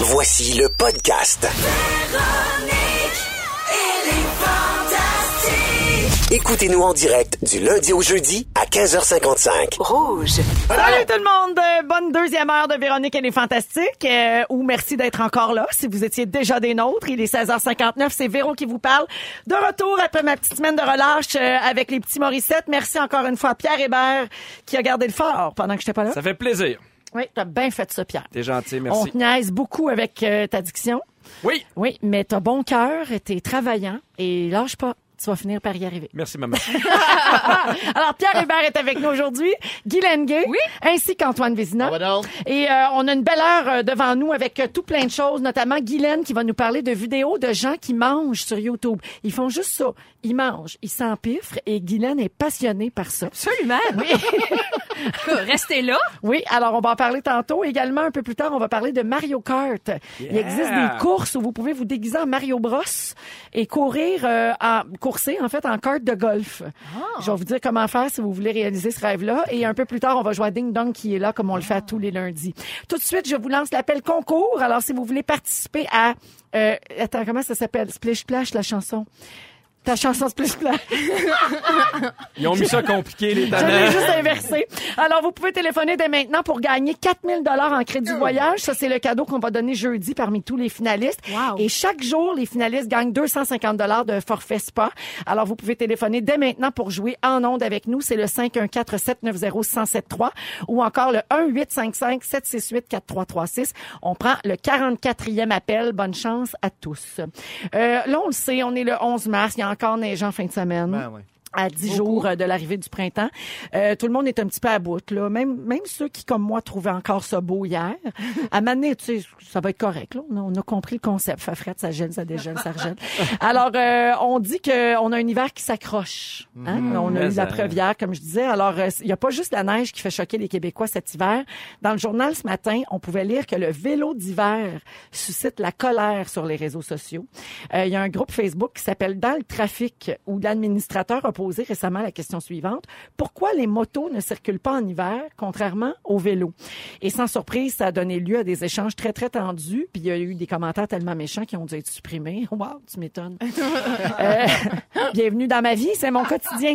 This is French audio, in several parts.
Voici le podcast. Écoutez-nous en direct du lundi au jeudi à 15h55. Rouge. Salut tout le monde! Euh, Bonne deuxième heure de Véronique, elle est fantastique. Euh, ou merci d'être encore là. Si vous étiez déjà des nôtres, il est 16h59, c'est Véro qui vous parle. De retour après ma petite semaine de relâche euh, avec les petits Morissettes. Merci encore une fois à Pierre Hébert qui a gardé le fort pendant que j'étais pas là. Ça fait plaisir. Oui, t'as bien fait ça, Pierre. T'es gentil, On merci. te niaise beaucoup avec euh, ta diction. Oui. Oui, mais t'as bon cœur, t'es travaillant et lâche pas. Tu vas finir par y arriver. Merci, maman. Alors, Pierre Hébert est avec nous aujourd'hui, Guy Lenguet, ainsi qu'Antoine Vézina. Et euh, on a une belle heure euh, devant nous avec euh, tout plein de choses, notamment Guylaine qui va nous parler de vidéos de gens qui mangent sur YouTube. Ils font juste ça. Ils mangent, ils s'empiffrent et Guylaine est passionnée par ça. Absolument. Oui. Restez là. Oui, alors on va en parler tantôt. Également, un peu plus tard, on va parler de Mario Kart. Il existe des courses où vous pouvez vous déguiser en Mario Bros et courir, euh, en, courser en fait en kart de golf. Je vais vous dire comment faire si vous voulez réaliser ce rêve-là. Et un peu plus tard, on va jouer à Ding Dong qui est là comme on le fait à tous les lundis. Tout de suite, je vous lance l'appel concours. Alors, si vous voulez participer à... euh, attends, comment ça s'appelle? Splish Splash, la chanson. Ta chanson Splish Splash. Ils ont mis ça compliqué, les Je l'ai talents. juste inversé. Alors, vous pouvez téléphoner dès maintenant pour gagner 4000 dollars en crédit voyage. Ça, c'est le cadeau qu'on va donner jeudi parmi tous les finalistes. Wow. Et chaque jour, les finalistes gagnent 250 dollars de forfait spa. Alors, vous pouvez téléphoner dès maintenant pour jouer en ondes avec nous. C'est le 514-790-1073 ou encore le 1-855-768-4336. On prend le 44e appel. Bonne chance à tous. Euh, là, on le sait, on est le 11 mars. Il y a encore neige en fin de semaine à 10 jours euh, de l'arrivée du printemps. Euh, tout le monde est un petit peu à bout, là. Même, même ceux qui, comme moi, trouvaient encore ça beau hier. À Mané, tu sais, ça va être correct, là. On a, on a compris le concept. Fait frette, ça gèle, ça dégèle, ça regèle. Alors, euh, on dit qu'on a un hiver qui s'accroche. hein. On a eu Mais la ça- preuve hier, comme je disais. Alors, euh, il n'y a pas juste la neige qui fait choquer les Québécois cet hiver. Dans le journal ce matin, on pouvait lire que le vélo d'hiver suscite la colère sur les réseaux sociaux. Euh, Il y a un groupe Facebook qui s'appelle Dans le trafic, où l'administrateur a posé récemment la question suivante. Pourquoi les motos ne circulent pas en hiver, contrairement aux vélos? Et sans surprise, ça a donné lieu à des échanges très, très tendus. Puis il y a eu des commentaires tellement méchants qui ont dû être supprimés. Wow, tu m'étonnes. Euh, bienvenue dans ma vie, c'est mon quotidien.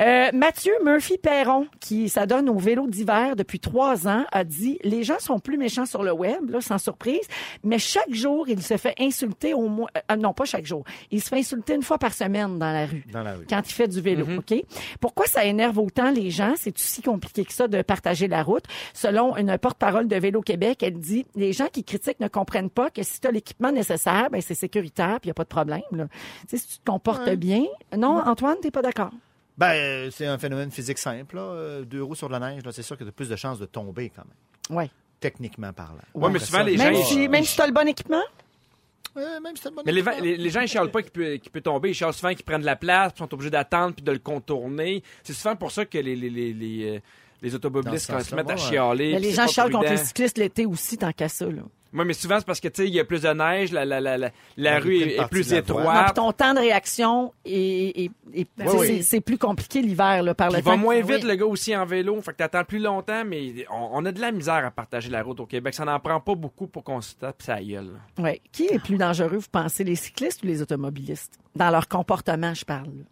Euh, Mathieu Murphy Perron, qui s'adonne au vélo d'hiver depuis trois ans, a dit Les gens sont plus méchants sur le web, là, sans surprise, mais chaque jour, il se fait insulter au moins. euh, non, pas chaque jour. Il se fait insulter une fois par semaine dans la rue. Quand il fait du vélo, Mm-hmm. OK? Pourquoi ça énerve autant les gens? C'est si compliqué que ça de partager la route? Selon une porte-parole de Vélo Québec, elle dit les gens qui critiquent ne comprennent pas que si tu as l'équipement nécessaire, ben c'est sécuritaire, puis il n'y a pas de problème. Là. Tu sais, si tu te comportes bien. Non, Antoine, t'es pas d'accord. Ben, euh, c'est un phénomène physique simple. Là. Euh, Deux roues sur de la neige, là, c'est sûr que tu as plus de chances de tomber quand même, Ouais. techniquement parlant. Ouais, mais Après souvent, ça, euh, les Même gens- si, même si t'as le bon équipement? Ouais, même si t'as le bon Mais les, va- équipement. les- les gens, ils chialent pas qui peut, qu'il peut tomber. Ils chialent souvent qu'ils prennent de la place, puis sont obligés d'attendre, puis de le contourner. C'est souvent pour ça que les, les, les, les, euh, les Dans automobilistes ce quand ils se sens-là, mettent à ouais. chialer. Mais puis les c'est gens pas chargent contre les prudent. cyclistes l'été aussi, tant qu'à ça. Là. Ouais, mais souvent, c'est parce que, tu sais, il y a plus de neige, la, la, la, la, la Ouais, rue il y est, a une est partie plus de la voie. Non, puis étroite. ton temps de réaction est, est- est- Ben tu sais, oui. c'est- c'est plus compliqué l'hiver là, par le Il temps. va moins Oui. vite, le gars aussi en vélo. Fait que t'attends plus longtemps, mais on, on a de la misère à partager la route au Québec. Ça n'en prend pas beaucoup pour qu'on se tape sa gueule. Ouais. Qui est plus dangereux, vous pensez, les cyclistes ou les automobilistes? Dans leur comportement, je parle. là.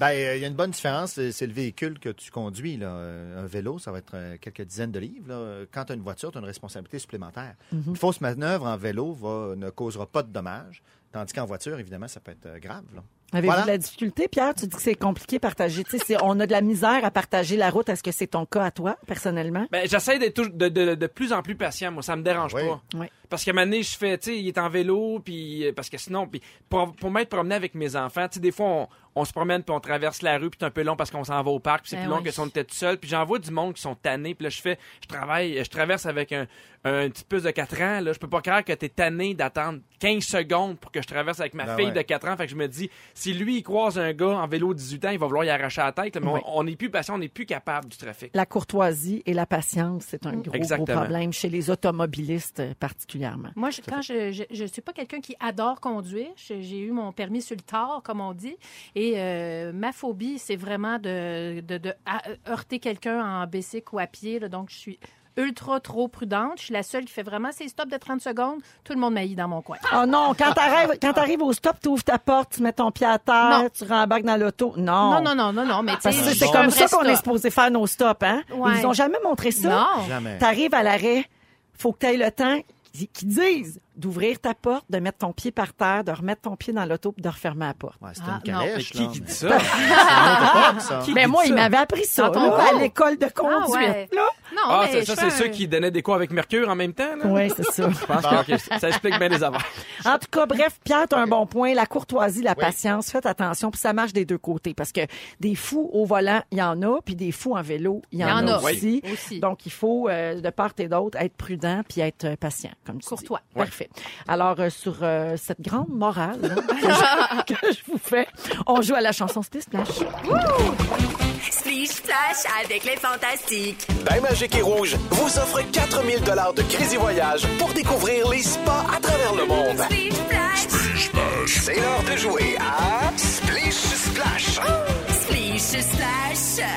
Ben, euh, il y a une bonne différence, c'est c'est le véhicule que tu conduis. Là. Euh, Un vélo, ça va être euh, quelques dizaines de livres. là. Euh, Quand tu as une voiture, tu as une responsabilité supplémentaire. Mm-hmm. Une fausse manœuvre en vélo va, ne causera pas de dommages, tandis qu'en voiture, évidemment, ça peut être euh, grave. là. Avez-vous Voilà. de la difficulté, Pierre? Tu dis que c'est compliqué partager. Tu sais, c'est- on a de la misère à partager la route. Est-ce que c'est ton cas à toi, personnellement? Ben, j'essaie d'être tou- de, de- de plus en plus patient, moi. Ça me dérange Oui. pas. Oui. Parce qu'à un moment donné, je fais, tu sais, il est en vélo, puis euh, parce que sinon, puis pour, pour m'être promené avec mes enfants, tu sais, des fois, on, on se promène, puis on traverse la rue, puis c'est un peu long parce qu'on s'en va au parc, puis c'est Ben plus long oui. que si on était tout seul. Puis j'en vois du monde qui sont tannés, puis là, je fais, je travaille, je traverse avec un, un petit puce de 4 ans, là. Je peux pas croire que t'es tanné d'attendre 15 secondes pour que je traverse avec ma Ben fille ouais. de 4 ans. Fait que je me dis, si lui, il croise un gars en vélo de 18 ans, il va vouloir y arracher la tête, là, mais Oui. on on n'est plus patient, on n'est plus capable du trafic. La courtoisie et la patience, c'est un gros, gros Exactement. problème chez les automobilistes euh, particulièrement. Moi, je, quand je, je, je suis pas quelqu'un qui adore conduire, Je- j'ai eu mon permis sur le tard, comme on dit, et euh, ma phobie, c'est vraiment de, de, de- à- heurter quelqu'un en bicycle ou à pied. là. donc, je suis ultra trop prudente. Je suis la seule qui fait vraiment ses stops de 30 secondes. Tout le monde m'aille dans mon coin. Oh non, quand t'arrives, quand t'arrives au stop, tu ouvres ta porte, tu mets ton pied à terre, Non. tu rembarques dans l'auto. Non. Ah, Non, non, non, non, non, mais tu sais, Parce que c'est je suis un comme ça vrai qu'on est stop. supposé faire nos stops, hein? Ouais. Ils nous ont jamais montré ça. Non. Jamais. T'arrives à l'arrêt, faut que tu le temps qui- qu'ils disent d'ouvrir ta porte, de mettre ton pied par terre, de remettre ton pied dans l'auto puis de refermer la porte. Ouais, c'était Ah, une non. calèche, Qui, là. qui mais dit ça? c'est une autre époque, ça. Ben moi, dit il ça? m'avait appris ça Dans ton là, à cours? l'école de conduite. Ah ouais. là. Non, Ah, mais c'est- je ça, fais c'est un- ceux qui donnaient des cours avec Mercure en même temps. Là. Oui, c'est ça. Je pense que ok, ça explique bien les affaires. En tout cas, bref, Pierre, t'as un bon point. La courtoisie, la patience, faites attention, puis ça marche des deux côtés. Parce que des fous au volant, il y en a, puis des fous en vélo, il y en, a, aussi. Aussi. Donc, il faut, euh, de part et d'autre, être prudent puis être euh, patient, comme tu Courtois. dis. Parfait. Alors, euh, sur euh, cette grande morale hein, que, je, que je vous fais, on joue à la chanson Splish Splash. Splish Splash avec les fantastiques. Bain Magique et Rouge vous offre 4000 dollars de crédit voyage pour découvrir les spas à travers le monde. Ben. Splish Splash. C'est l'heure de jouer à Splish Splash. Splish Splash.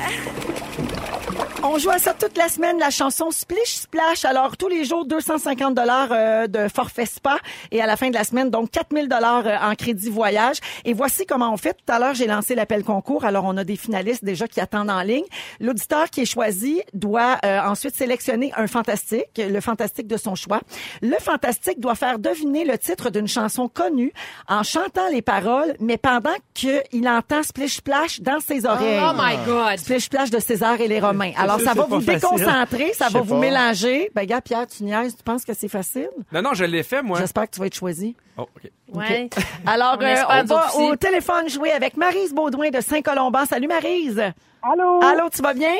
On joue à ça toute la semaine, la chanson Splish Splash. Alors, tous les jours, 250 dollars euh, de forfait spa. Et à la fin de la semaine, donc 4000 dollars euh, en crédit voyage. Et voici comment on fait. Tout à l'heure, j'ai lancé l'appel concours. Alors, on a des finalistes déjà qui attendent en ligne. L'auditeur qui est choisi doit euh, ensuite sélectionner un fantastique, le fantastique de son choix. Le fantastique doit faire deviner le titre d'une chanson connue en chantant les paroles, mais pendant qu'il entend Splish Splash dans ses oreilles. Oh my God. Splish Splash de César et les Romains. Alors, c'est- ça va c'est pas vous facile. déconcentrer, ça Je va sais vous pas. mélanger. Ben, gars, Pierre, tu niaises, tu penses que c'est facile? Non, non, je l'ai fait, moi. J'espère que tu vas être choisi. Oh, ok. Ouais. Alors, On euh, espère, on nous va aussi. au téléphone jouer avec Marise Baudouin de Saint-Colomban. Salut, Marise. Allô. Allô, tu vas bien?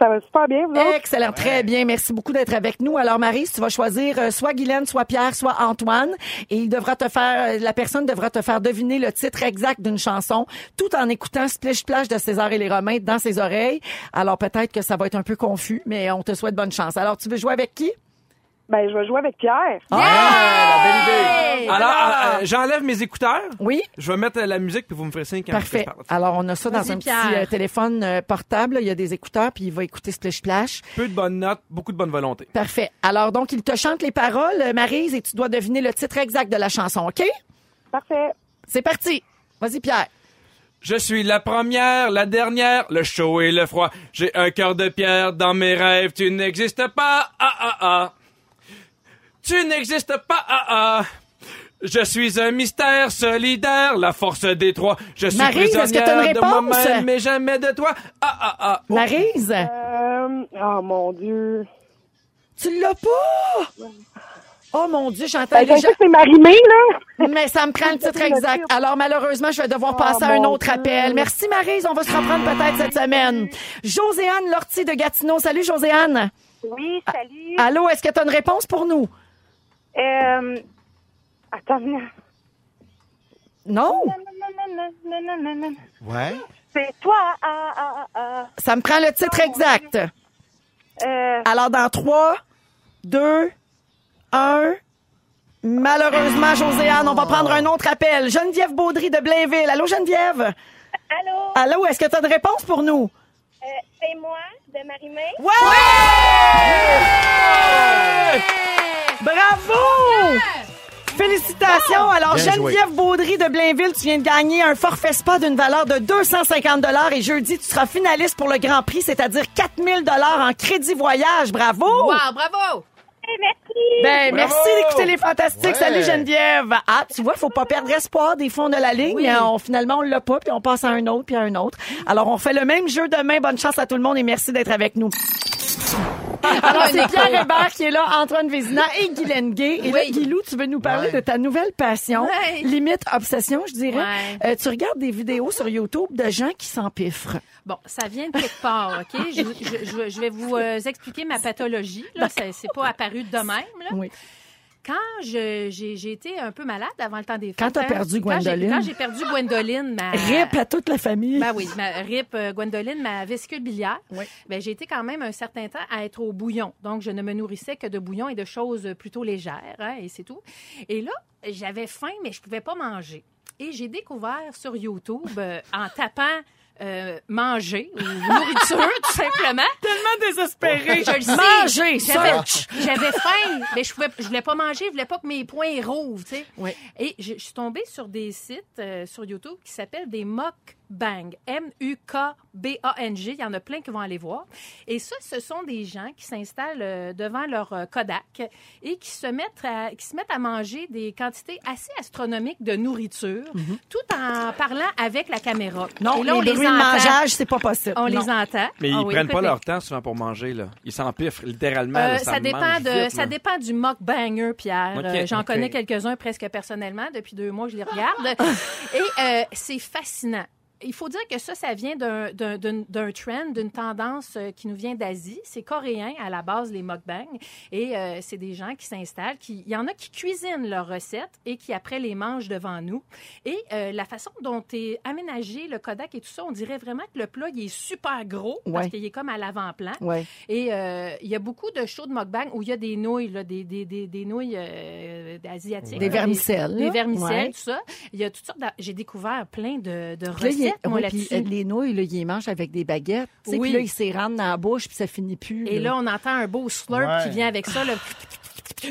Ça va super bien, vous autres? Excellent, très bien. Merci beaucoup d'être avec nous. Alors, Marise, tu vas choisir euh, soit Guylaine, soit Pierre, soit Antoine. Et il devra te faire, euh, la personne devra te faire deviner le titre exact d'une chanson tout en écoutant Splish Splash de César et les Romains dans ses oreilles. Alors, peut-être que ça va être un peu confus, mais on te souhaite bonne chance. Alors, tu veux jouer avec qui? Ben, je vais jouer avec Pierre. Ah, Alors, euh, euh, j'enlève mes écouteurs. Oui? Je vais mettre euh, la musique, puis vous me ferez signe quand Parfait. je parle. Alors, on a ça dans Vas-y, un petit Pierre. euh, téléphone euh, portable. Il y a des écouteurs, puis il va écouter Splish Splash. Peu de bonnes notes, beaucoup de bonne volonté. Parfait. Alors, donc, il te chante les paroles, euh, Marise, et tu dois deviner le titre exact de la chanson, OK? Parfait. C'est parti. Vas-y, Pierre. Je suis la première, la dernière, le chaud et le froid. J'ai un cœur de pierre dans mes rêves. Tu n'existes pas, ah ah ah. Tu n'existes pas, ah ah. Je suis un mystère solidaire, la force des trois. Je suis Marie, est-ce que prisonnière t'as une de réponse? moi-même, mais jamais de toi. Ah ah ah. Oh. Marise, Euh, oh mon Dieu. tu l'as pas? Oh mon Dieu, j'entends Ben, je les sais gens. que c'est marimé, là. Mais ça me prend le titre exact. Alors malheureusement, je vais devoir passer à un Oh, mon autre Dieu. appel. Merci Marise, on va se reprendre peut-être cette semaine. Joséanne Lortie de Gatineau. Salut Joséanne. Oui, salut. Allô, est-ce que tu as une réponse pour nous? Euh, attends. Non, Non? non, non, non, non, non, non. Ouais. C'est toi. Ah, ah, ah, Ça me prend le titre exact. ah. Euh, Alors dans 3, 2, 1. Malheureusement, Joséanne, on va prendre un autre appel. Geneviève Baudry de Blainville. Allô Geneviève? allô, Allô, est-ce que tu as une réponse pour nous? euh, c'est moi de Marimé. Ouais! Bravo! Félicitations! Alors, Bien joué. Geneviève Baudry de Blainville, tu viens de gagner un forfait spa d'une valeur de 250 et jeudi, tu seras finaliste pour le Grand Prix, c'est-à-dire 4000 en crédit voyage. Bravo! Wow, bravo. Merci. Ben, Bravo! merci d'écouter les fantastiques. Ouais. Salut Geneviève. Ah, tu vois, faut pas perdre espoir. Des fois, on a la ligne, mais on, finalement, on l'a pas, puis on passe à un autre, puis à un autre. Alors, on fait le même jeu demain. Bonne chance à tout le monde et merci d'être avec nous. Ah, Alors, c'est Pierre Hébert qui est là, Antoine Vézina et Guylaine Gay. Et là, Guilou, tu veux nous parler Ouais. de ta nouvelle passion, Ouais. limite obsession, je dirais. Ouais. Euh, tu regardes des vidéos sur YouTube de gens qui s'empiffrent. Bon, ça vient de quelque part, OK? Je, je- je- je vais vous euh, expliquer ma pathologie. Là, c'est c'est pas apparu de même. Là. Oui. Quand je- j'ai j'ai été un peu malade avant le temps des fêtes... Quand t'as hein, perdu quand j'ai- Gwendoline. Quand j'ai perdu Gwendoline, ma... Ah. Rip à toute la famille. Ben oui, ma rip euh, Gwendoline, ma vésicule biliaire. Oui. Ben, j'ai été quand même un certain temps à être au bouillon. Donc, je ne me nourrissais que de bouillon et de choses plutôt légères, hein, et c'est tout. Et là, j'avais faim, mais je pouvais pas manger. Et j'ai découvert sur YouTube, euh, en tapant euh, manger ou nourriture, tout simplement. Tellement désespéré. Je le sais. J'avais- Manger, search. J'avais faim, mais je pouvais, je voulais pas manger, je voulais pas que mes poings rouvent, tu sais. Oui. Et je, je suis tombée sur des sites euh, sur YouTube qui s'appellent des mukbang. M-U-K-B-A-N-G. Il y en a plein qui vont aller voir. Et ça, ce sont des gens qui s'installent euh, devant leur euh, Kodak et qui se, mettent à, qui se mettent à manger des quantités assez astronomiques de nourriture tout en parlant avec la caméra. Mhm. Non, Et là, on les les bruits de entend. mangeage, c'est pas possible. On Non. les entend. Mais ils Ah oui, prennent pas écoute, leur temps souvent pour manger, là. Ils s'empiffrent littéralement. euh, là, ça, dépend mange de, vite, ça là. dépend du mukbanger, Pierre. Ok, Euh, J'en ok. connais quelques-uns presque personnellement. Depuis deux mois, je les regarde. Et euh, c'est fascinant. Il faut dire que ça, ça vient d'un- d'un d'un- d'un trend, d'une tendance euh, qui nous vient d'Asie. C'est coréen à la base, les mukbangs. Et euh, c'est des gens qui s'installent. qui- Il y en a qui cuisinent leurs recettes et qui après les mangent devant nous. Et euh, la façon dont est aménagé le Kodak et tout ça, on dirait vraiment que le plat, il est super gros Ouais. parce qu'il est comme à l'avant-plan. Ouais. Et euh, il y a beaucoup de shows de mukbang où il y a des nouilles, là, des, des, des, des nouilles euh, asiatiques. Des là, vermicelles. Des, là. vermicelles, Ouais. tout ça. Il y a toutes sortes. d'a- J'ai découvert plein de, de Puis là, il- recettes, moi, ouais, puis, là-dessus. euh, les nouilles, là, ils les mangent avec des baguettes. Tu sais, Oui. Puis là, ils s'y rendent dans la bouche, puis ça finit plus. Et là, on entend un beau slurp Ouais. qui vient avec ça. là.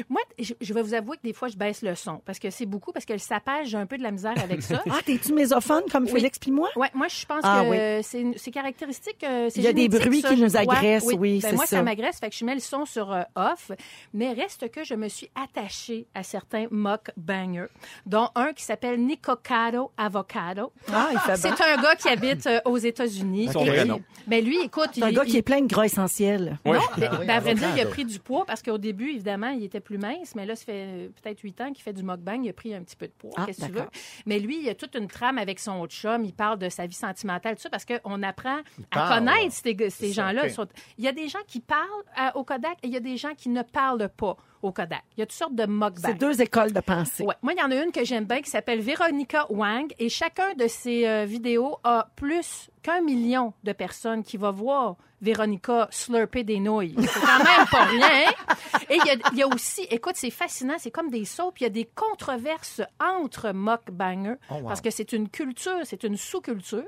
Moi, je, je vais vous avouer que des fois, je baisse le son parce que c'est beaucoup, parce que le sapage, j'ai un peu de la misère avec ça. Ah, t'es-tu mésophone comme Oui. Félix puis moi? Ouais, moi, je pense Ah, que oui. euh, c'est une- c'est caractéristique. euh, c'est Il y a des génétique, bruits ça, qui je nous crois. agressent, oui, Ben, c'est moi, ça, ça. m'agresse, fait que je mets le son sur euh, off. Mais reste que je me suis attachée à certains mukbangers, dont un qui s'appelle Nicocado Avocado. Ah, il fait bon. C'est un gars qui habite euh, aux États-Unis. Son Ok. vrai nom. Mais lui, écoute, C'est un il- gars qui il- est plein de gras essentiels. Oui. non, ben, Ah oui, ben, à vrai dire, il a avocado. pris du poids parce qu'au début, évidemment, il était plus mince, mais là, ça fait euh, peut-être huit ans qu'il fait du mukbang, il a pris un petit peu de poids, Ah, qu'est-ce que tu veux. d'accord. Mais lui, il a toute une trame avec son autre chum, il parle de sa vie sentimentale, tout ça, parce qu'on apprend à parle. connaître ces, gars- ces C'est ça, gens-là. ok. Sur- Il y a des gens qui parlent euh, au Kodak et il y a des gens qui ne parlent pas au Kodak. Il y a toutes sortes de C'est mukbangs. deux écoles de pensée. Ben. Ouais. Moi, il y en a une que j'aime bien qui s'appelle Véronica Wang et chacun de ses euh, vidéos a plus qu'un million de personnes qui vont voir Véronica slurper des nouilles. C'est quand même pas rien. hein? Et il y, a- il y a aussi, écoute, c'est fascinant, c'est comme des sauts, puis il y a des controverses entre mukbangers Oh, wow. parce que c'est une culture, c'est une sous-culture.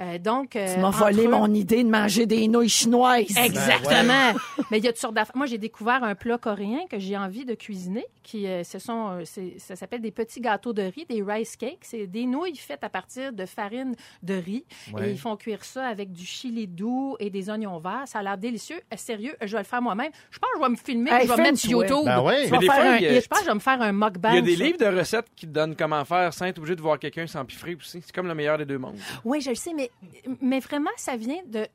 Euh, donc, euh, Tu m'as entre volé eux- mon idée de manger des nouilles chinoises. Ben, Exactement. Mais il y a toutes sortes d'affaires. Moi, j'ai découvert un plat coréen que j'ai envie de cuisiner, qui euh, ce sont, euh, c'est- ça s'appelle des petits gâteaux de riz, des rice cakes. C'est des nouilles faites à partir de farine de riz. Ouais. Et ils font cuire ça avec du chili doux et des oignons verts. Ça a l'air délicieux. Euh, Sérieux, je vais le faire moi-même. Je pense que je vais me filmer, Hey, puis je vais me mettre sur filme-toi. YouTube. Ben oui. Tu vas des faire fois, un il y a- Je pense que je vais me faire un mukbang. Il y a des ça. livres de recettes qui te donnent comment faire sans être obligé de voir quelqu'un s'empiffrer aussi. C'est comme le meilleur des deux mondes. Oui, je le sais, mais, mais vraiment, ça vient de...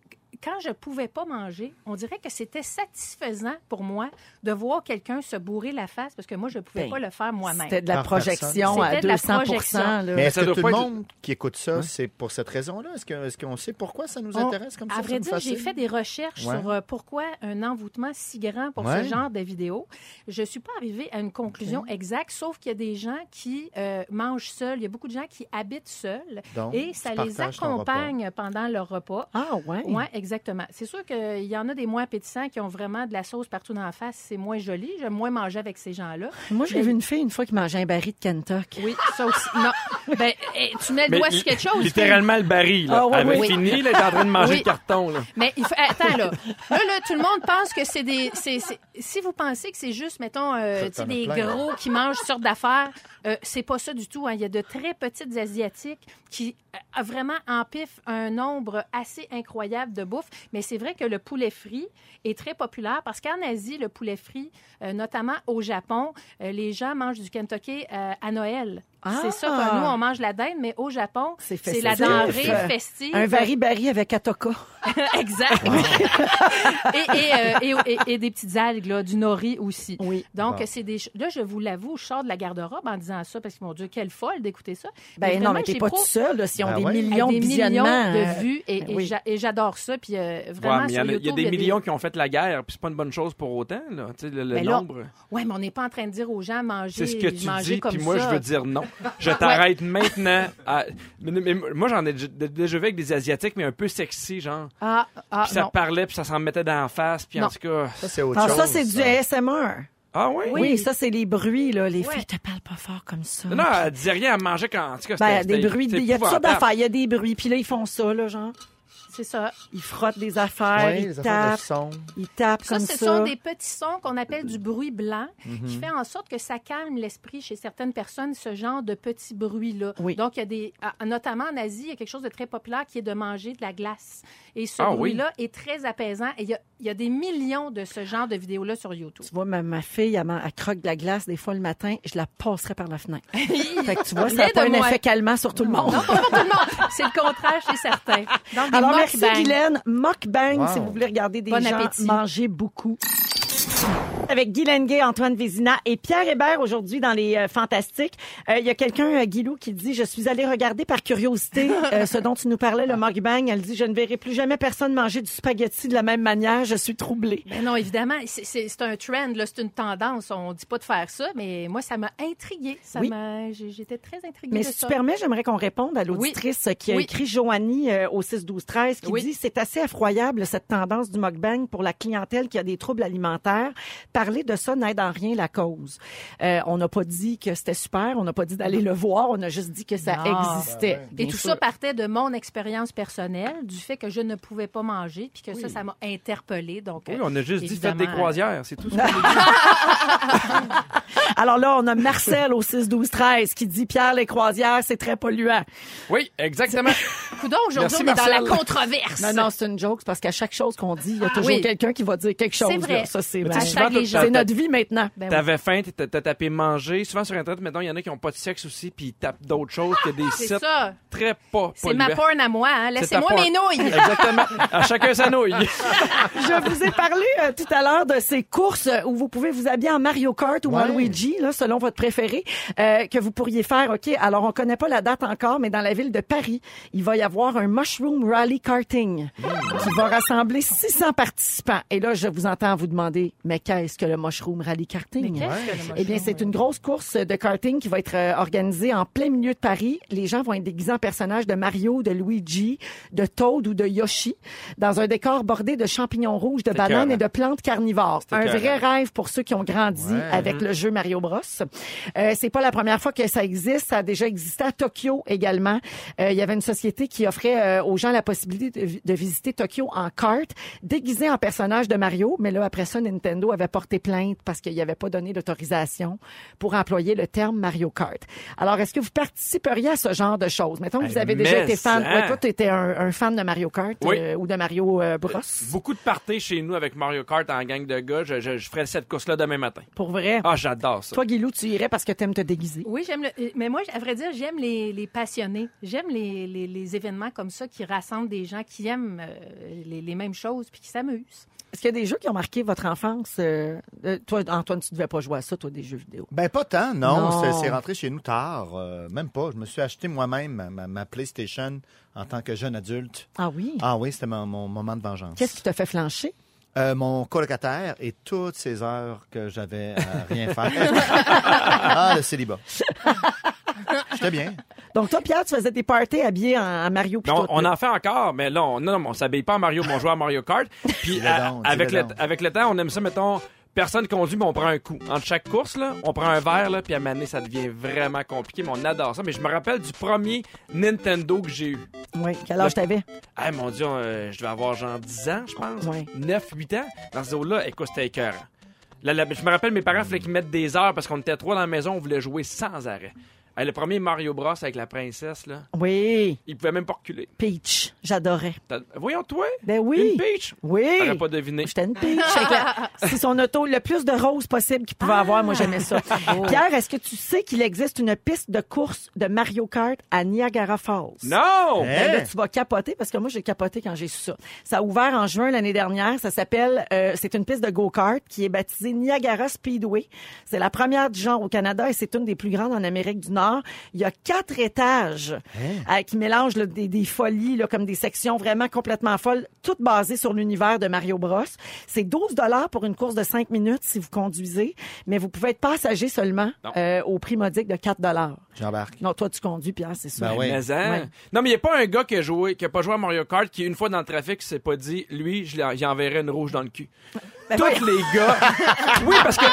Quand je pouvais pas manger, on dirait que c'était satisfaisant pour moi de voir quelqu'un se bourrer la face parce que moi, je pouvais Ben, pas le faire moi-même. C'était de la Par projection personne. à C'était de la 200 projection. là. Mais est-ce ça que doit tout pas le être- monde qui écoute ça, c'est pour cette raison-là? Est-ce que- est-ce qu'on sait pourquoi ça nous On- intéresse comme ça? À vrai ça nous dire, j'ai fascine? fait des recherches Ouais. sur euh, pourquoi un envoûtement si grand pour Ouais. ce genre de vidéos. Je suis pas arrivée à une conclusion exacte, sauf qu'il y a des gens qui euh, mangent seuls. Il y a beaucoup de gens qui habitent seuls Donc, et tu ça les partages ton repas. accompagne pendant leur repas. Ah, ouais. Oui, exactement. C'est sûr qu'il y en a des moins appétissants qui ont vraiment de la sauce partout dans la face. C'est moins joli. J'aime moins manger avec ces gens-là. Moi, j'ai vu une fille une fois qui mangeait un baril de Kentuck. Oui, ça aussi. Non. Ben, eh, tu mets le doigt sur quelque chose. littéralement le baril. Là. Ah, oui, Elle avait oui. fini, là, elle était en train de manger Oui. le carton. Là. Mais il faut... attends, là. Là, là, tout le monde pense que c'est des. c'est- c'est- Si vous pensez que c'est juste, mettons, euh, Ça, tu sais, t'en des as plein, là. gros qui mangent toutes sortes d'affaires, euh, c'est pas ça du tout. hein. Il y a de très petites Asiatiques qui euh, vraiment empiffent un nombre assez incroyable de bouffe. Mais c'est vrai que le poulet frit est très populaire parce qu'en Asie, le poulet frit, euh, notamment au Japon, euh, les gens mangent du Kentucky euh, à Noël. Ah! C'est ça que nous, on mange la dinde, mais au Japon, C'est c'est la festif. denrée festive. Un vari-bari avec Atoka. Exact. Ah, et, et, euh, et- et- et des petites algues, là, du nori aussi. Oui. Donc, Bon. c'est des. ch- Là, je vous l'avoue, je sors de la garde-robe en disant ça parce que, mon Dieu, quelle folle d'écouter ça. Ben non, vraiment, mais t'es j'ai pas pro- tout seul, là, s'ils ont Ben des ouais. millions des de millions visionnements. euh, ben de vues et, et oui. j'a- et j'adore ça. Puis euh, Ouais, vraiment, mais il y, sur en a- il y a YouTube, des millions qui ont fait la guerre, puis c'est pas une bonne chose pour autant. Là. Tu sais, Le, le Mais là, nombre, Ouais, mais on n'est pas en train de dire aux gens manger, c'est ce que tu manger dis, comme puis moi ça. je veux dire non. Je t'arrête maintenant. à- Mais- mais- mais moi j'en ai déjà- déjà vu avec des asiatiques, mais un peu sexy, genre. Ah, ah, Puis ça non. parlait, puis ça s'en mettait dans la face, puis en Non. tout cas. Ça, c'est autre Ah, chose. hein. ça, c'est du ASMR. Ah oui? Oui, ça, c'est les bruits, là. Les Ouais. filles te parlent pas fort comme ça. Non, elle disait rien, elle mangeait quand. En tout cas, Ben, c'était- des c'était- bruits, de- c'était il y a toutes sortes épouvantable. d'affaires, il y a des bruits, puis là, ils font ça, là, genre, C'est ça. ils frottent des affaires, Ouais, ils les affaires de tapent, son. ils tapent Ça, comme ce ça. Mm-hmm. sont des petits sons qu'on appelle du bruit blanc, qui fait en sorte que ça calme l'esprit chez certaines personnes, ce genre de petits bruits-là. Oui. Donc, il y a des, ah, notamment en Asie, il y a quelque chose de très populaire qui est de manger de la glace. Et ce Ah oui. bruit-là est très apaisant. Et il y, a, il y a des millions de ce genre de vidéos-là sur YouTube. Tu vois, ma, ma fille, elle, man- elle croque de la glace des fois le matin, je la passerais par la fenêtre. fait que tu vois, ça Rien n'a pas de un moins. effet calmant sur tout le monde. Non, pas pour tout le monde. C'est le contraire chez certains. Donc, des Alors, merci mukbangs. Guylaine. Mukbang, Wow. si vous voulez regarder des Bon gens appétit. manger beaucoup. Avec Guylaine Gay, Antoine Vézina et Pierre Hébert aujourd'hui dans les euh, Fantastiques. Euh, Il y a quelqu'un, euh, Guilou, qui dit « Je suis allée regarder par curiosité euh, ce dont tu nous parlais, le mukbang. » Elle dit « Je ne verrai plus jamais personne manger du spaghetti de la même manière. Je suis troublée. Ben non, évidemment, c'est- c'est c'est un trend, là, c'est une tendance. On dit pas de faire ça, mais moi, ça m'a intriguée. Ça Oui. m'a- j'ai- J'étais très intriguée Mais de si ça. tu permets, j'aimerais qu'on réponde à l'auditrice qui a Oui. écrit Joanie euh, au 6-12-13 qui Oui. dit c'est assez effroyable cette tendance du mukbang pour la clientèle qui a des troubles alimentaires. Parler de ça n'aide en rien la cause. Euh, on n'a pas dit que c'était super, on n'a pas dit d'aller le voir, on a juste dit que ça Non. existait. Et Bien tout sûr. ça partait de mon expérience personnelle, du fait que je ne pouvais pas manger, puis que ça, ça m'a interpellée. Donc, Oui, euh, on a juste dit faites évidemment, des croisières, c'est tout. ce qu'on Alors là, on a Marcel au 6-12-13 qui dit Pierre les croisières, c'est très polluant. a- Oui, exactement. euh, Coudon, aujourd'hui, Merci, on est dans la Marcel. controverse. Non, non, c'est une joke c'est parce qu'à chaque chose qu'on dit, il y a toujours Ah oui. quelqu'un qui va dire quelque chose. C'est vrai. là. Ça, c'est Mais ma- tu sais, souvent, Hashtag les t'as- gens. c'est notre vie maintenant. Ben oui. T'avais faim, t'as- t'as tapé manger. Souvent sur Internet, maintenant, il y en a qui n'ont pas de sexe aussi, puis ils tapent d'autres choses que des Ah, C'est sites ça. très pas C'est ma porte. porn à moi. hein. Laissez-moi mes nouilles. Exactement. À chacun sa nouille. Je vous ai parlé euh, tout à l'heure de ces courses euh, où vous pouvez vous habiller en Mario Kart ou en Ouais. Luigi, là, selon votre préféré, euh, que vous pourriez faire. OK, alors on connaît pas la date encore, mais dans la ville de Paris, il va y avoir un Mushroom Rally Karting qui va rassembler 600 participants. Et là, je vous entends vous demander, mais qu'est-ce que le Mushroom Rally Karting? Eh bien, c'est une grosse course de karting qui va être euh, organisée en plein milieu de Paris. Les gens vont être déguisés en personnages de Mario, de Luigi, de Toad ou de Yoshi dans un décor bordé de champignons rouges, de C'était bananes écœurant. et de plantes carnivores. Un écœurant. vrai rêve pour ceux qui ont grandi Ouais. hein. avec le jeu Mario Bros. Euh, c'est pas la première fois que ça existe. Ça a déjà existé à Tokyo également. Euh, Il y avait une société qui offrait euh, aux gens la possibilité de, vi- de visiter Tokyo en kart, déguisé en personnage de Mario. Mais là, après ça, Nintendo avait porté plainte parce qu'il n'y avait pas donné d'autorisation pour employer le terme Mario Kart. Alors, est-ce que vous participeriez à ce genre de choses? Mettons que vous Hey, avez déjà mais été fan. ça. Ouais, toi, tu étais un, un fan de Mario Kart Oui. euh, ou de Mario euh, Bros. Beaucoup de parties chez nous avec Mario Kart en gang de gars. Je, je, je ferai cette course-là demain matin. Pour vrai. Ah, j'adore ça. Toi, Guilou, tu irais parce que t'aimes te déguiser. Oui, j'aime le... Mais moi, à vrai dire, j'aime les, les passionnés. J'aime les, les- les événements comme ça qui rassemblent des gens qui aiment euh, les, les mêmes choses puis qui s'amusent. Est-ce qu'il y a des jeux qui ont marqué votre enfance? Euh, euh, toi, Antoine, tu devais pas jouer à ça, toi, des jeux vidéo. Ben pas tant, non. Non. C'est- C'est rentré chez nous tard. euh, même pas. Je me suis acheté moi-même ma, ma- ma PlayStation en tant que jeune adulte. Ah oui? Ah oui, c'était mon, mon moment de vengeance. Qu'est-ce qui t'a fait flancher? Euh, mon colocataire et toutes ces heures que j'avais à rien faire. ah, le célibat. J'étais bien. Donc, toi, Pierre, tu faisais des parties habillés en, en Mario. pis Non, tout, on là. en fait encore, mais là, on, non, non, on s'habille pas à Mario, mais on joue à Mario Kart. Puis Dis-le à- donc, avec, dis-le le, donc. avec le temps, on aime ça, mettons, personne conduit, mais on prend un coup. Entre chaque course, là, on prend un verre, là, puis à maner, ça devient vraiment compliqué, mais on adore ça. Mais je me rappelle du premier Nintendo que j'ai eu. Oui, quel âge t'avais? Ah mon Dieu, euh, je devais avoir genre 10 ans, je pense. Ouais. 9, 8 ans. Dans ce zoo-là, écoute, c'était écœurant. Là, là, je me rappelle, mes parents, fallait qu'ils mettent des heures parce qu'on était trois dans la maison, on voulait jouer sans arrêt. Ah, le premier Mario Bros avec la princesse, là, Oui, il pouvait même pas reculer. Peach. J'adorais. T'as- Voyons, toi, Ben oui. une peach. Oui. T'aurais pas deviné. J'étais une peach. Avec la- C'est son auto le plus de roses possible qu'il Ah. pouvait avoir. Moi, j'aimais ça. Oh. Pierre, est-ce que tu sais qu'il existe une piste de course de Mario Kart à Niagara Falls? Non! Hein? Ben là, tu vas capoter parce que moi, j'ai capoté quand j'ai su ça. Ça a ouvert en juin l'année dernière. Ça s'appelle, euh, c'est une piste de go-kart qui est baptisée Niagara Speedway. C'est la première du genre au Canada et c'est une des plus grandes en Amérique du Nord. Beauport. Il y a quatre étages euh, qui mélangent là, des, des folies, là, comme des sections vraiment complètement folles, toutes basées sur l'univers de Mario Bros. C'est 12 dollars pour une course de 5 minutes si vous conduisez, mais vous pouvez être passager seulement Non. euh, au prix modique de 4 dollars. J'embarque. Non, toi, tu conduis, Pierre, c'est sûr. Ben oui. Mais, hein? Ouais. Non, mais il n'y a pas un gars qui a, joué, qui a pas joué à Mario Kart qui, une fois dans le trafic, s'est pas dit, lui, je l'en- j'y enverrai une rouge dans le cul. Ben Tous oui. les gars. oui, parce que.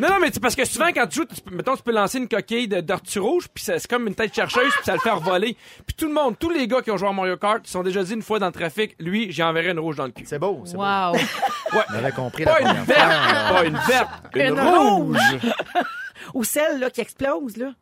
Non, non, mais c'est parce que souvent, quand tu joues, tu peux- mettons, tu peux lancer une coquille de- d'ortie rouge, puis ça- c'est comme une tête chercheuse, puis ça le fait voler. Puis tout le monde, tous les gars qui ont joué à Mario Kart, se sont déjà dit une fois dans le trafic, lui, j'y enverrai une rouge dans le cul. C'est beau, c'est beau. Wow. On avait compris la Pas une première verte! fois. Pas une verte! Une, rouge! Ou celle là, qui explose, là.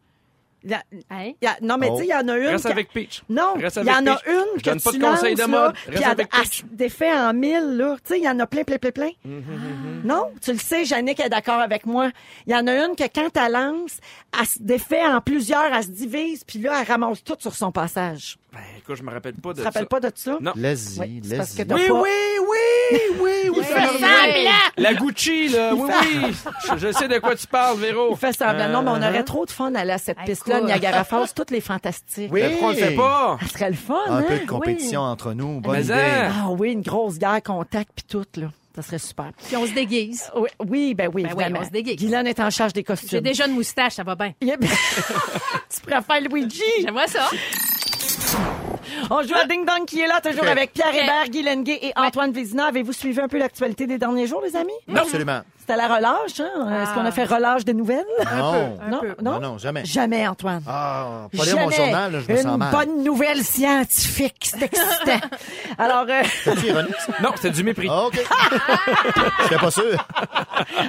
La- Hey. y a- non, mais Oh. tu sais, il y en a une. Reste qui- avec Peach. Non, Reste il y avec en a Peach. une Je que donne pas tu de conseils de lances, mode. là, Reste puis elle- avec elle Peach. se défait en mille, là. Tu sais, il y en a plein, plein, plein, plein. Mm-hmm, Non, tu le sais, Jannick est d'accord avec moi. Il y en a une que quand elle lance, elle se défait en plusieurs, elle se divise, puis là, elle ramasse tout sur son passage. Ben, écoute, je me rappelle pas de Tu te ça. rappelles pas de ça? Non. Laisse-y, Oui, c'est parce que laisse-y. t'as pas... oui, oui, oui, fait semblant. La Gucci, là, oui, oui. Je, je sais de quoi tu parles, Véro. Il fait semblant. Non, mais on Euh, aurait trop de fun à aller à cette Hey, piste-là, cool. Niagara Falls, toutes les fantastiques. Oui. Ah, Mais pourquoi on le fait pas? Ça serait le fun, Un hein? peu de Oui. compétition entre nous, bonne Mais idée. hein. Ah oui, une grosse guerre, contact, puis tout, là. Ça serait super. Puis on se déguise. Oui, oui, ben oui, Ben oui, évidemment. on se déguise. Guylaine est en charge des J'ai costumes. déjà une moustache, ça va bien. Yeah, ben- tu préfères Luigi. J'aimerais ça. On joue à Ding Dong qui est là, toujours Ok. avec Pierre Ouais. Hébert, Guy Lenguet et Antoine Vézina. Avez-vous suivi un peu l'actualité des derniers jours, les amis? Absolument. C'était la relâche, hein? Est-ce qu'on a fait relâche des nouvelles? Non. Ah. Un non, peu. non, Non, non, jamais. Jamais, Antoine. Ah, pas lire mon Jamais. journal, là, je me Une sens mal. bonne nouvelle scientifique, c'est excitant. Alors, euh, C'est ironique, ça? Non, c'est du mépris. Ah, OK. J'étais pas sûr.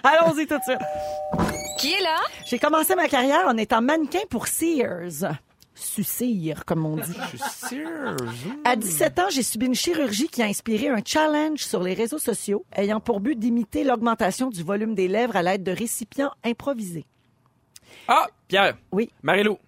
allons-y tout de suite. Qui est là? J'ai commencé ma carrière en étant mannequin pour Sears. Sucire, comme on dit. Je suis sérieux. À 17 ans, j'ai subi une chirurgie qui a inspiré un challenge sur les réseaux sociaux, ayant pour but d'imiter l'augmentation du volume des lèvres à l'aide de récipients improvisés. Ah, Pierre. Oui. Marilou.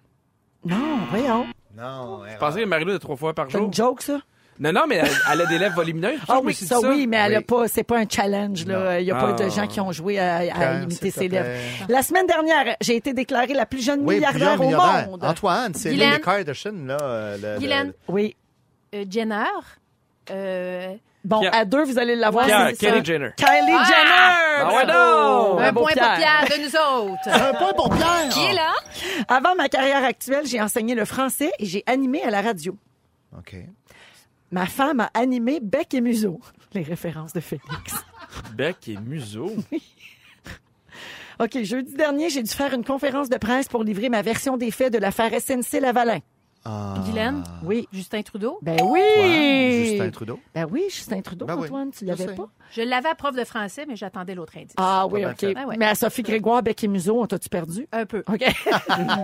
Non, voyons. Non, erreur. Pensez que Marilou de trois fois par C'est jour. une joke, ça? Non, non, mais elle, elle a des lèvres volumineuses. Ah je me oui, suis dit ça, oui, mais elle a Oui. pas, c'est pas un challenge, là. Il y a pas Ah. de gens qui ont joué à, à Pierre, imiter s'il te ses lèvres. plaît. La semaine dernière, j'ai été déclarée la plus jeune Oui, milliardaire plusieurs au milliardaires. monde. Antoine, c'est Guylaine. Lily Kardashian, là. euh, le- le- Guylaine. Oui. Euh, Jenner. Euh, Bon, Pierre. à deux, vous allez l'avoir. Pierre, c'est ça. Kelly Jenner. Kylie Ah! Jenner! Ah Ben ouais, Bravo! donc! un Bravo, point pour Pierre de nous autres. Un point pour Pierre. Qui est là? Avant ma carrière actuelle, j'ai enseigné le français et j'ai animé à la radio. Ah. OK. Ma femme a animé Bec et Museau. Les références de Félix. Bec et museau. OK, jeudi dernier, j'ai dû faire une conférence de presse pour livrer ma version des faits de l'affaire SNC-Lavalin. Ah. Guylaine. Oui. Justin Trudeau. Ben oui! Antoine, Justin Trudeau. Ben oui, Justin Trudeau, Ben oui, Antoine, tu je l'avais sais. pas? Je l'avais à prof de français, mais j'attendais l'autre indice. Ah oui, bien OK. fait. Ah ouais. Mais à Sophie Grégoire, Bec et Museau, on t'a-tu perdu? Un peu. OK.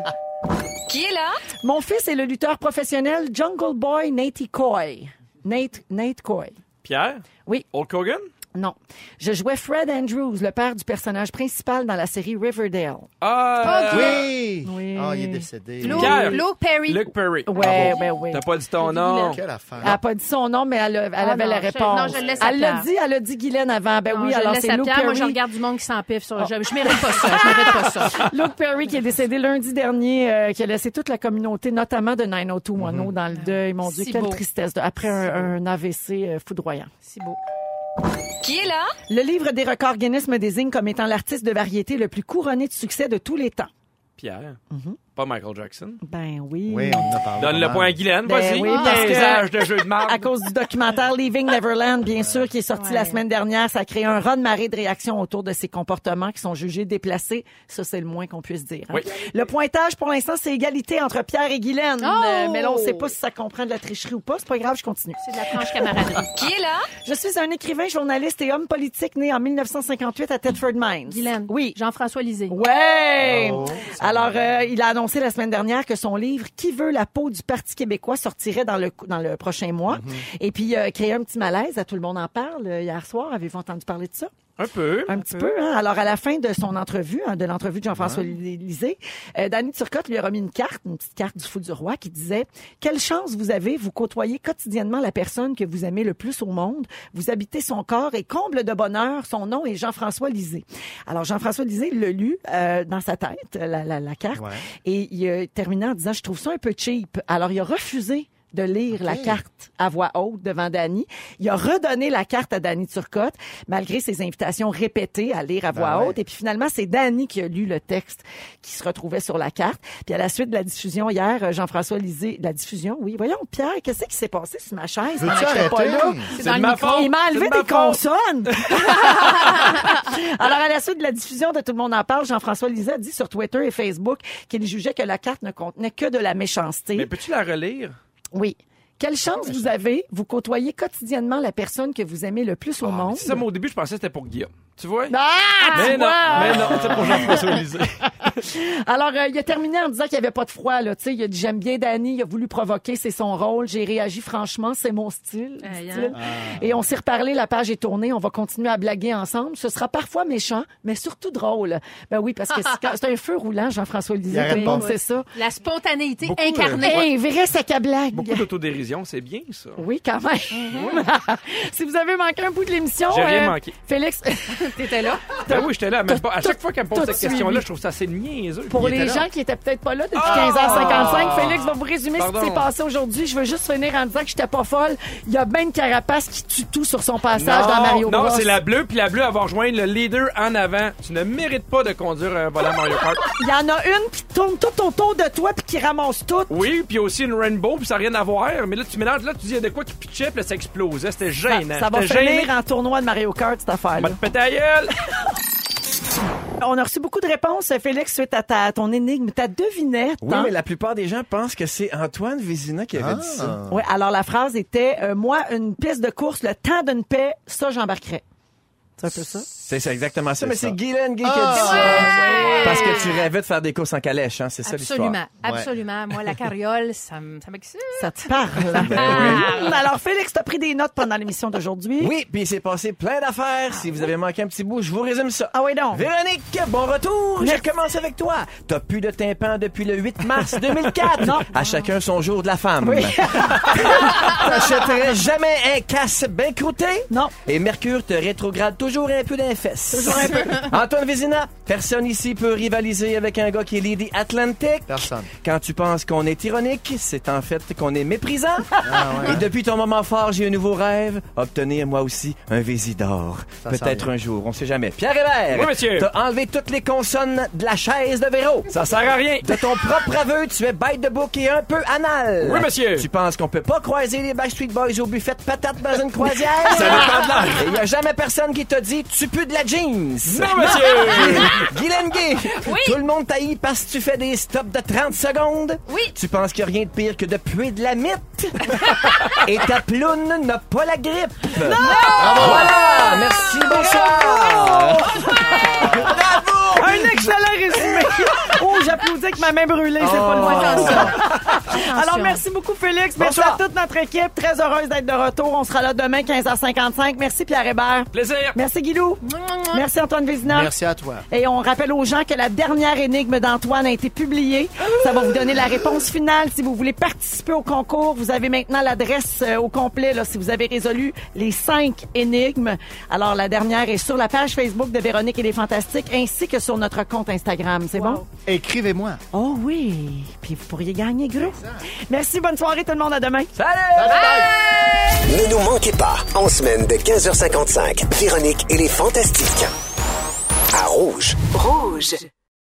Qui est là? Mon fils est le lutteur professionnel Jungle Boy Nate Coy. Nate, Nate Coy. Pierre. Oui. Hulk Hogan. Non. Je jouais Fred Andrews, le père du personnage principal dans la série Riverdale. Ah, euh, Oui. Oui. Ah, il est décédé. Lou, Pierre. Lou Perry. Luke Perry. Ouais, Bravo. ben oui. Ah T'as pas dit ton nom. Quelle Elle n'a affaire. pas dit son nom, mais elle, a- elle Ah avait non, la je- réponse. non, je le laisse à elle l'a Pierre. dit, elle a dit Guylaine avant. Ben Non, oui, Ah, je alors laisse c'est à Luke Pierre. Moi, Perry. je regarde du monde qui s'empiffe. Sur... Je, je mérite pas ça. Je mérite pas ça. Luke Perry qui est décédé lundi dernier, euh, qui a laissé toute la communauté, notamment de 90210, dans le deuil. Mon Dieu, Ah, Si quelle beau. tristesse. de- Après un, un AVC euh, foudroyant. C'est beau. Qui est là? Le livre des records Guinness me désigne comme étant l'artiste de variété le plus couronné de succès de tous les temps. Pierre. Mhm. Pas Michael Jackson. Ben oui. Oui, on en a parlé. Donne le pas point à mal. Guylaine, Ben vas-y. oui, parce que- Niaisage de jeu de marde. À cause du documentaire Leaving Neverland, bien sûr, qui est sorti la semaine dernière, ça a créé un raz-de-marée de réactions autour de ces comportements qui sont jugés déplacés. Ça, c'est le moins qu'on puisse dire. hein. Oui. Le pointage, pour l'instant, c'est égalité entre Pierre et Guylaine. Oh! Euh, mais là, on ne sait pas si ça comprend de la tricherie ou pas. C'est pas grave, je continue. C'est de la franche camaraderie. Qui est là? Je suis un écrivain, journaliste et homme politique né en 1958 à Thetford Mines. Guylaine. Oui. Jean-François Lisée. Ouais. Oh, ça Alors, va. euh, il a annoncé la semaine dernière que son livre Qui veut la peau du Parti québécois sortirait dans le dans le prochain mois. Et puis euh, créer un petit malaise, à tout le monde en parle euh, hier soir. Avez-vous entendu parler de ça Un peu. Un petit peu. hein. Alors, à la fin de son entrevue, hein, de l'entrevue de Jean-François Lisée, euh, Danny Turcotte lui a remis une carte, une petite carte du fou du roi, qui disait « Quelle chance vous avez, vous côtoyez quotidiennement la personne que vous aimez le plus au monde, vous habitez son corps et comble de bonheur, son nom est Jean-François Lisée. » Alors, Jean-François Lisée le lu euh, dans sa tête, la, la- la carte, Oh, Ouais. et il a terminé en disant « Je trouve ça un peu cheap. » Alors, il a refusé de lire la carte à voix haute devant Danny. Il a redonné la carte à Danny Turcotte, malgré ses invitations répétées à lire à voix Ben Ah ouais. haute. Et puis finalement, c'est Danny qui a lu le texte qui se retrouvait sur la carte. Puis à la suite de la diffusion hier, euh, Jean-François Lisée, la diffusion, oui. Voyons, Pierre, qu'est-ce qui s'est passé sur ma chaise? Veux-tu pendant que j'étais arrêter? C'est de ma faute. Il m'a C'est de enlevé ma des faute. consonnes. Alors, à la suite de la diffusion de Tout le monde en parle, Jean-François Lisée a dit sur Twitter et Facebook qu'il jugeait que la carte ne contenait que de la méchanceté. Mais Ah, peux-tu la relire? Oui. Quelle chance vous avez, vous côtoyez quotidiennement la personne que vous aimez le plus au Ah, mais monde. C'est ça, moi, au début, je pensais que c'était pour Guillaume. Tu vois? Ah, tu mais non, vois! mais non, c'est pour Jean-François Lisée. Alors, euh, il a terminé en disant qu'il n'y avait pas de froid. Là. Tu sais, Il a dit « J'aime bien Danny, il a voulu provoquer, c'est son rôle. J'ai réagi franchement, c'est mon style. Aïe, dit-il. Ah. Et on s'est reparlé, la page est tournée, on va continuer à blaguer ensemble. Ce sera parfois méchant, mais surtout drôle. » Ben oui, parce que c'est quand- c'est un feu roulant, Jean-François Il Lisée, arrête tout le monde pas. sait ça. La spontanéité Beaucoup, euh, incarnée. Hey, vrai sac à blague. Beaucoup d'autodérision, c'est bien, ça. Oui, quand même. si vous avez manqué un bout de l'émission, euh, J'ai rien manqué. Félix, T'étais là. Ah oui, j'étais là, même pas. À chaque fois qu'elle me pose tout cette question-là, suivi. je trouve ça assez niaiseux. pour Il les était là. gens qui étaient peut-être pas là depuis Ah! 15h55, Félix va vous résumer ce qui Pardon. s'est passé aujourd'hui. Je veux juste finir en disant que j'étais pas folle. Il y a Ben Carapace qui tue tout sur son passage dans Mario Bros. non, c'est la bleue, puis la bleue, elle va rejoindre le leader en avant. Tu ne mérites pas de conduire un volant Mario Kart. Il y en a une qui tourne tout autour de toi puis qui ramasse tout. Oui, puis aussi une rainbow, puis ça n'a rien à voir. Mais là, tu mélanges, là, tu dis, il y a de quoi qui pitchait, puis là, ça explosait. C'était Ça, gênant. ça va C'était finir gênant. en tournoi de Mario Kart, cette Va affaire-là. te péter la gueule. On a reçu beaucoup de réponses, Félix, suite à ta, ton énigme, ta devinette. Oui, hein? mais la plupart des gens pensent que c'est Antoine Vézina qui avait dit ça. Ah. Oui, alors la phrase était euh, Moi, une piste de course, le temps d'une paix, ça, j'embarquerai. C'est un peu ça? C'est c'est exactement ça, mais ça. c'est Guylaine Gay qui a dit Ah! ça. Parce que tu rêvais de faire des courses en calèche, hein, c'est ça l'histoire. Ah. Absolument, absolument. Moi, la carriole, ça me ça m'excite. Ça te parle. oui. Mmh, Alors, Félix, t'as pris des notes pendant l'émission d'aujourd'hui. Ah. Oui, puis il s'est passé plein d'affaires. Si vous avez manqué un petit bout, je vous résume ça. Ah oui, donc. Véronique, bon retour! Merci. Je commence avec toi. T'as plus de tympan depuis le 8 mars 2004. non. À chacun son jour de la femme. Oui. T'achèterais jamais un casse bien croûté? Non. Et Mercure te rétrograde toujours un peu d'un fesse. Toujours un peu. Antoine Vézina, personne ici peut rivaliser avec un gars qui est Lady Atlantic. Personne. Quand tu penses qu'on est ironique, c'est en fait qu'on est méprisant. Ah, Et depuis ton moment fort, j'ai un nouveau rêve, obtenir moi aussi un Vésidor. Ça sent Peut-être bien. un jour, on sait jamais. Pierre Hébert, Oui, monsieur. t'as enlevé toutes les consonnes de la chaise de Véro. Ça sert à rien. De ton propre aveu, tu es bête de bouc et un peu anal. Oui, monsieur. Tu penses qu'on peut pas croiser les Backstreet Boys au buffet de patates dans une croisière? Ça dépend de l'heure. Et y a jamais personne qui t'a dit, tu pues de la jeans. Non, monsieur. Guylaine Gay, tout le monde taillit parce que tu fais des stops de 30 secondes. Oui. Tu penses qu'il n'y a rien de pire que de puer de la mythe. Et ta ploune n'a pas la grippe. Non! Voilà! Merci, bonsoir! Bravo! Un excellent résumé. Oh, j'applaudis avec ma main brûlée, c'est pas le moment. Oh. Alors, Attention. merci beaucoup, Félix. Merci Bonsoir. à toute notre équipe. Très heureuse d'être de retour. On sera là demain, 15h55. Merci, Pierre Hébert. Plaisir. Merci, Guilou. Merci, Antoine Vézina. Merci à toi. Et on rappelle aux gens que la dernière énigme d'Antoine a été publiée. Ça va vous donner la réponse finale. Si vous voulez participer au concours, vous avez maintenant l'adresse euh, au complet là, si vous avez résolu les cinq énigmes. Alors, la dernière est sur la page Facebook de Véronique et les Fantastiques ainsi que sur notre compte Instagram. C'est bon? Écrivez-moi. Oh oui! Puis vous pourriez gagner gros. Merci, bonne soirée tout le monde. À demain. Salut! Ne nous manquez pas, en semaine de 15h55, Véronique et les Fantastiques. À Rouge. Rouge.